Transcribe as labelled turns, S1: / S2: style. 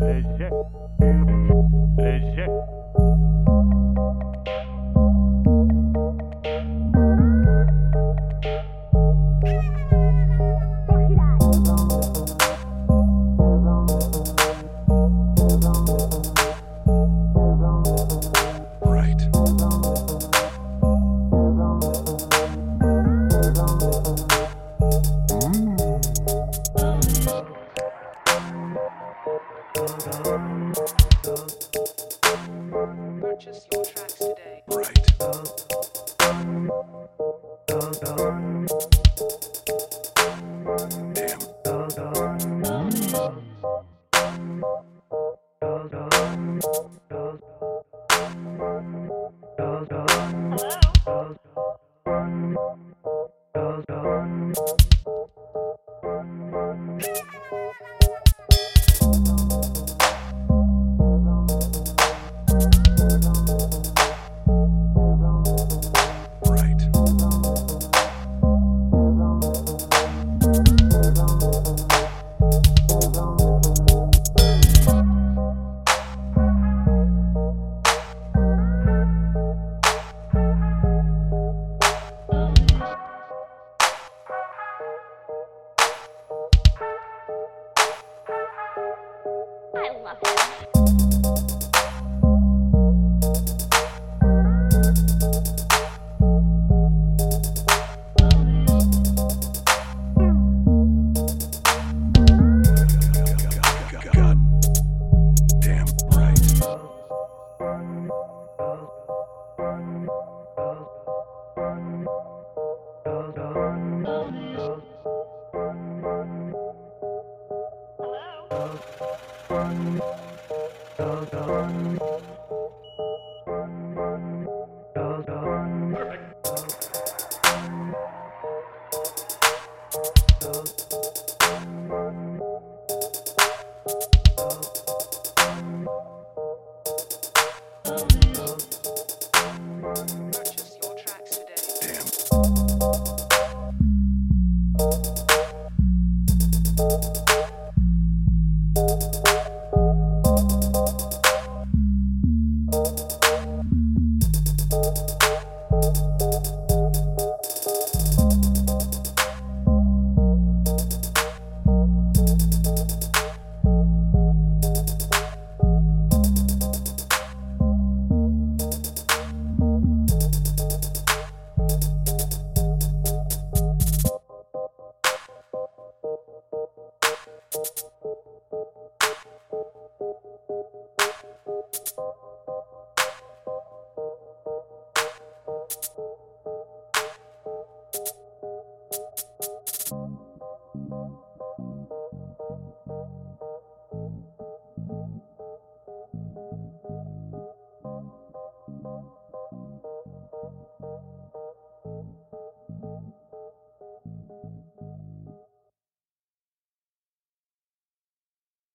S1: Lezzet. Lezzet. Lezzet. Lezzet.
S2: Right.
S3: Purchase your tracks today.
S2: Right. Damn. Right.
S4: I love it.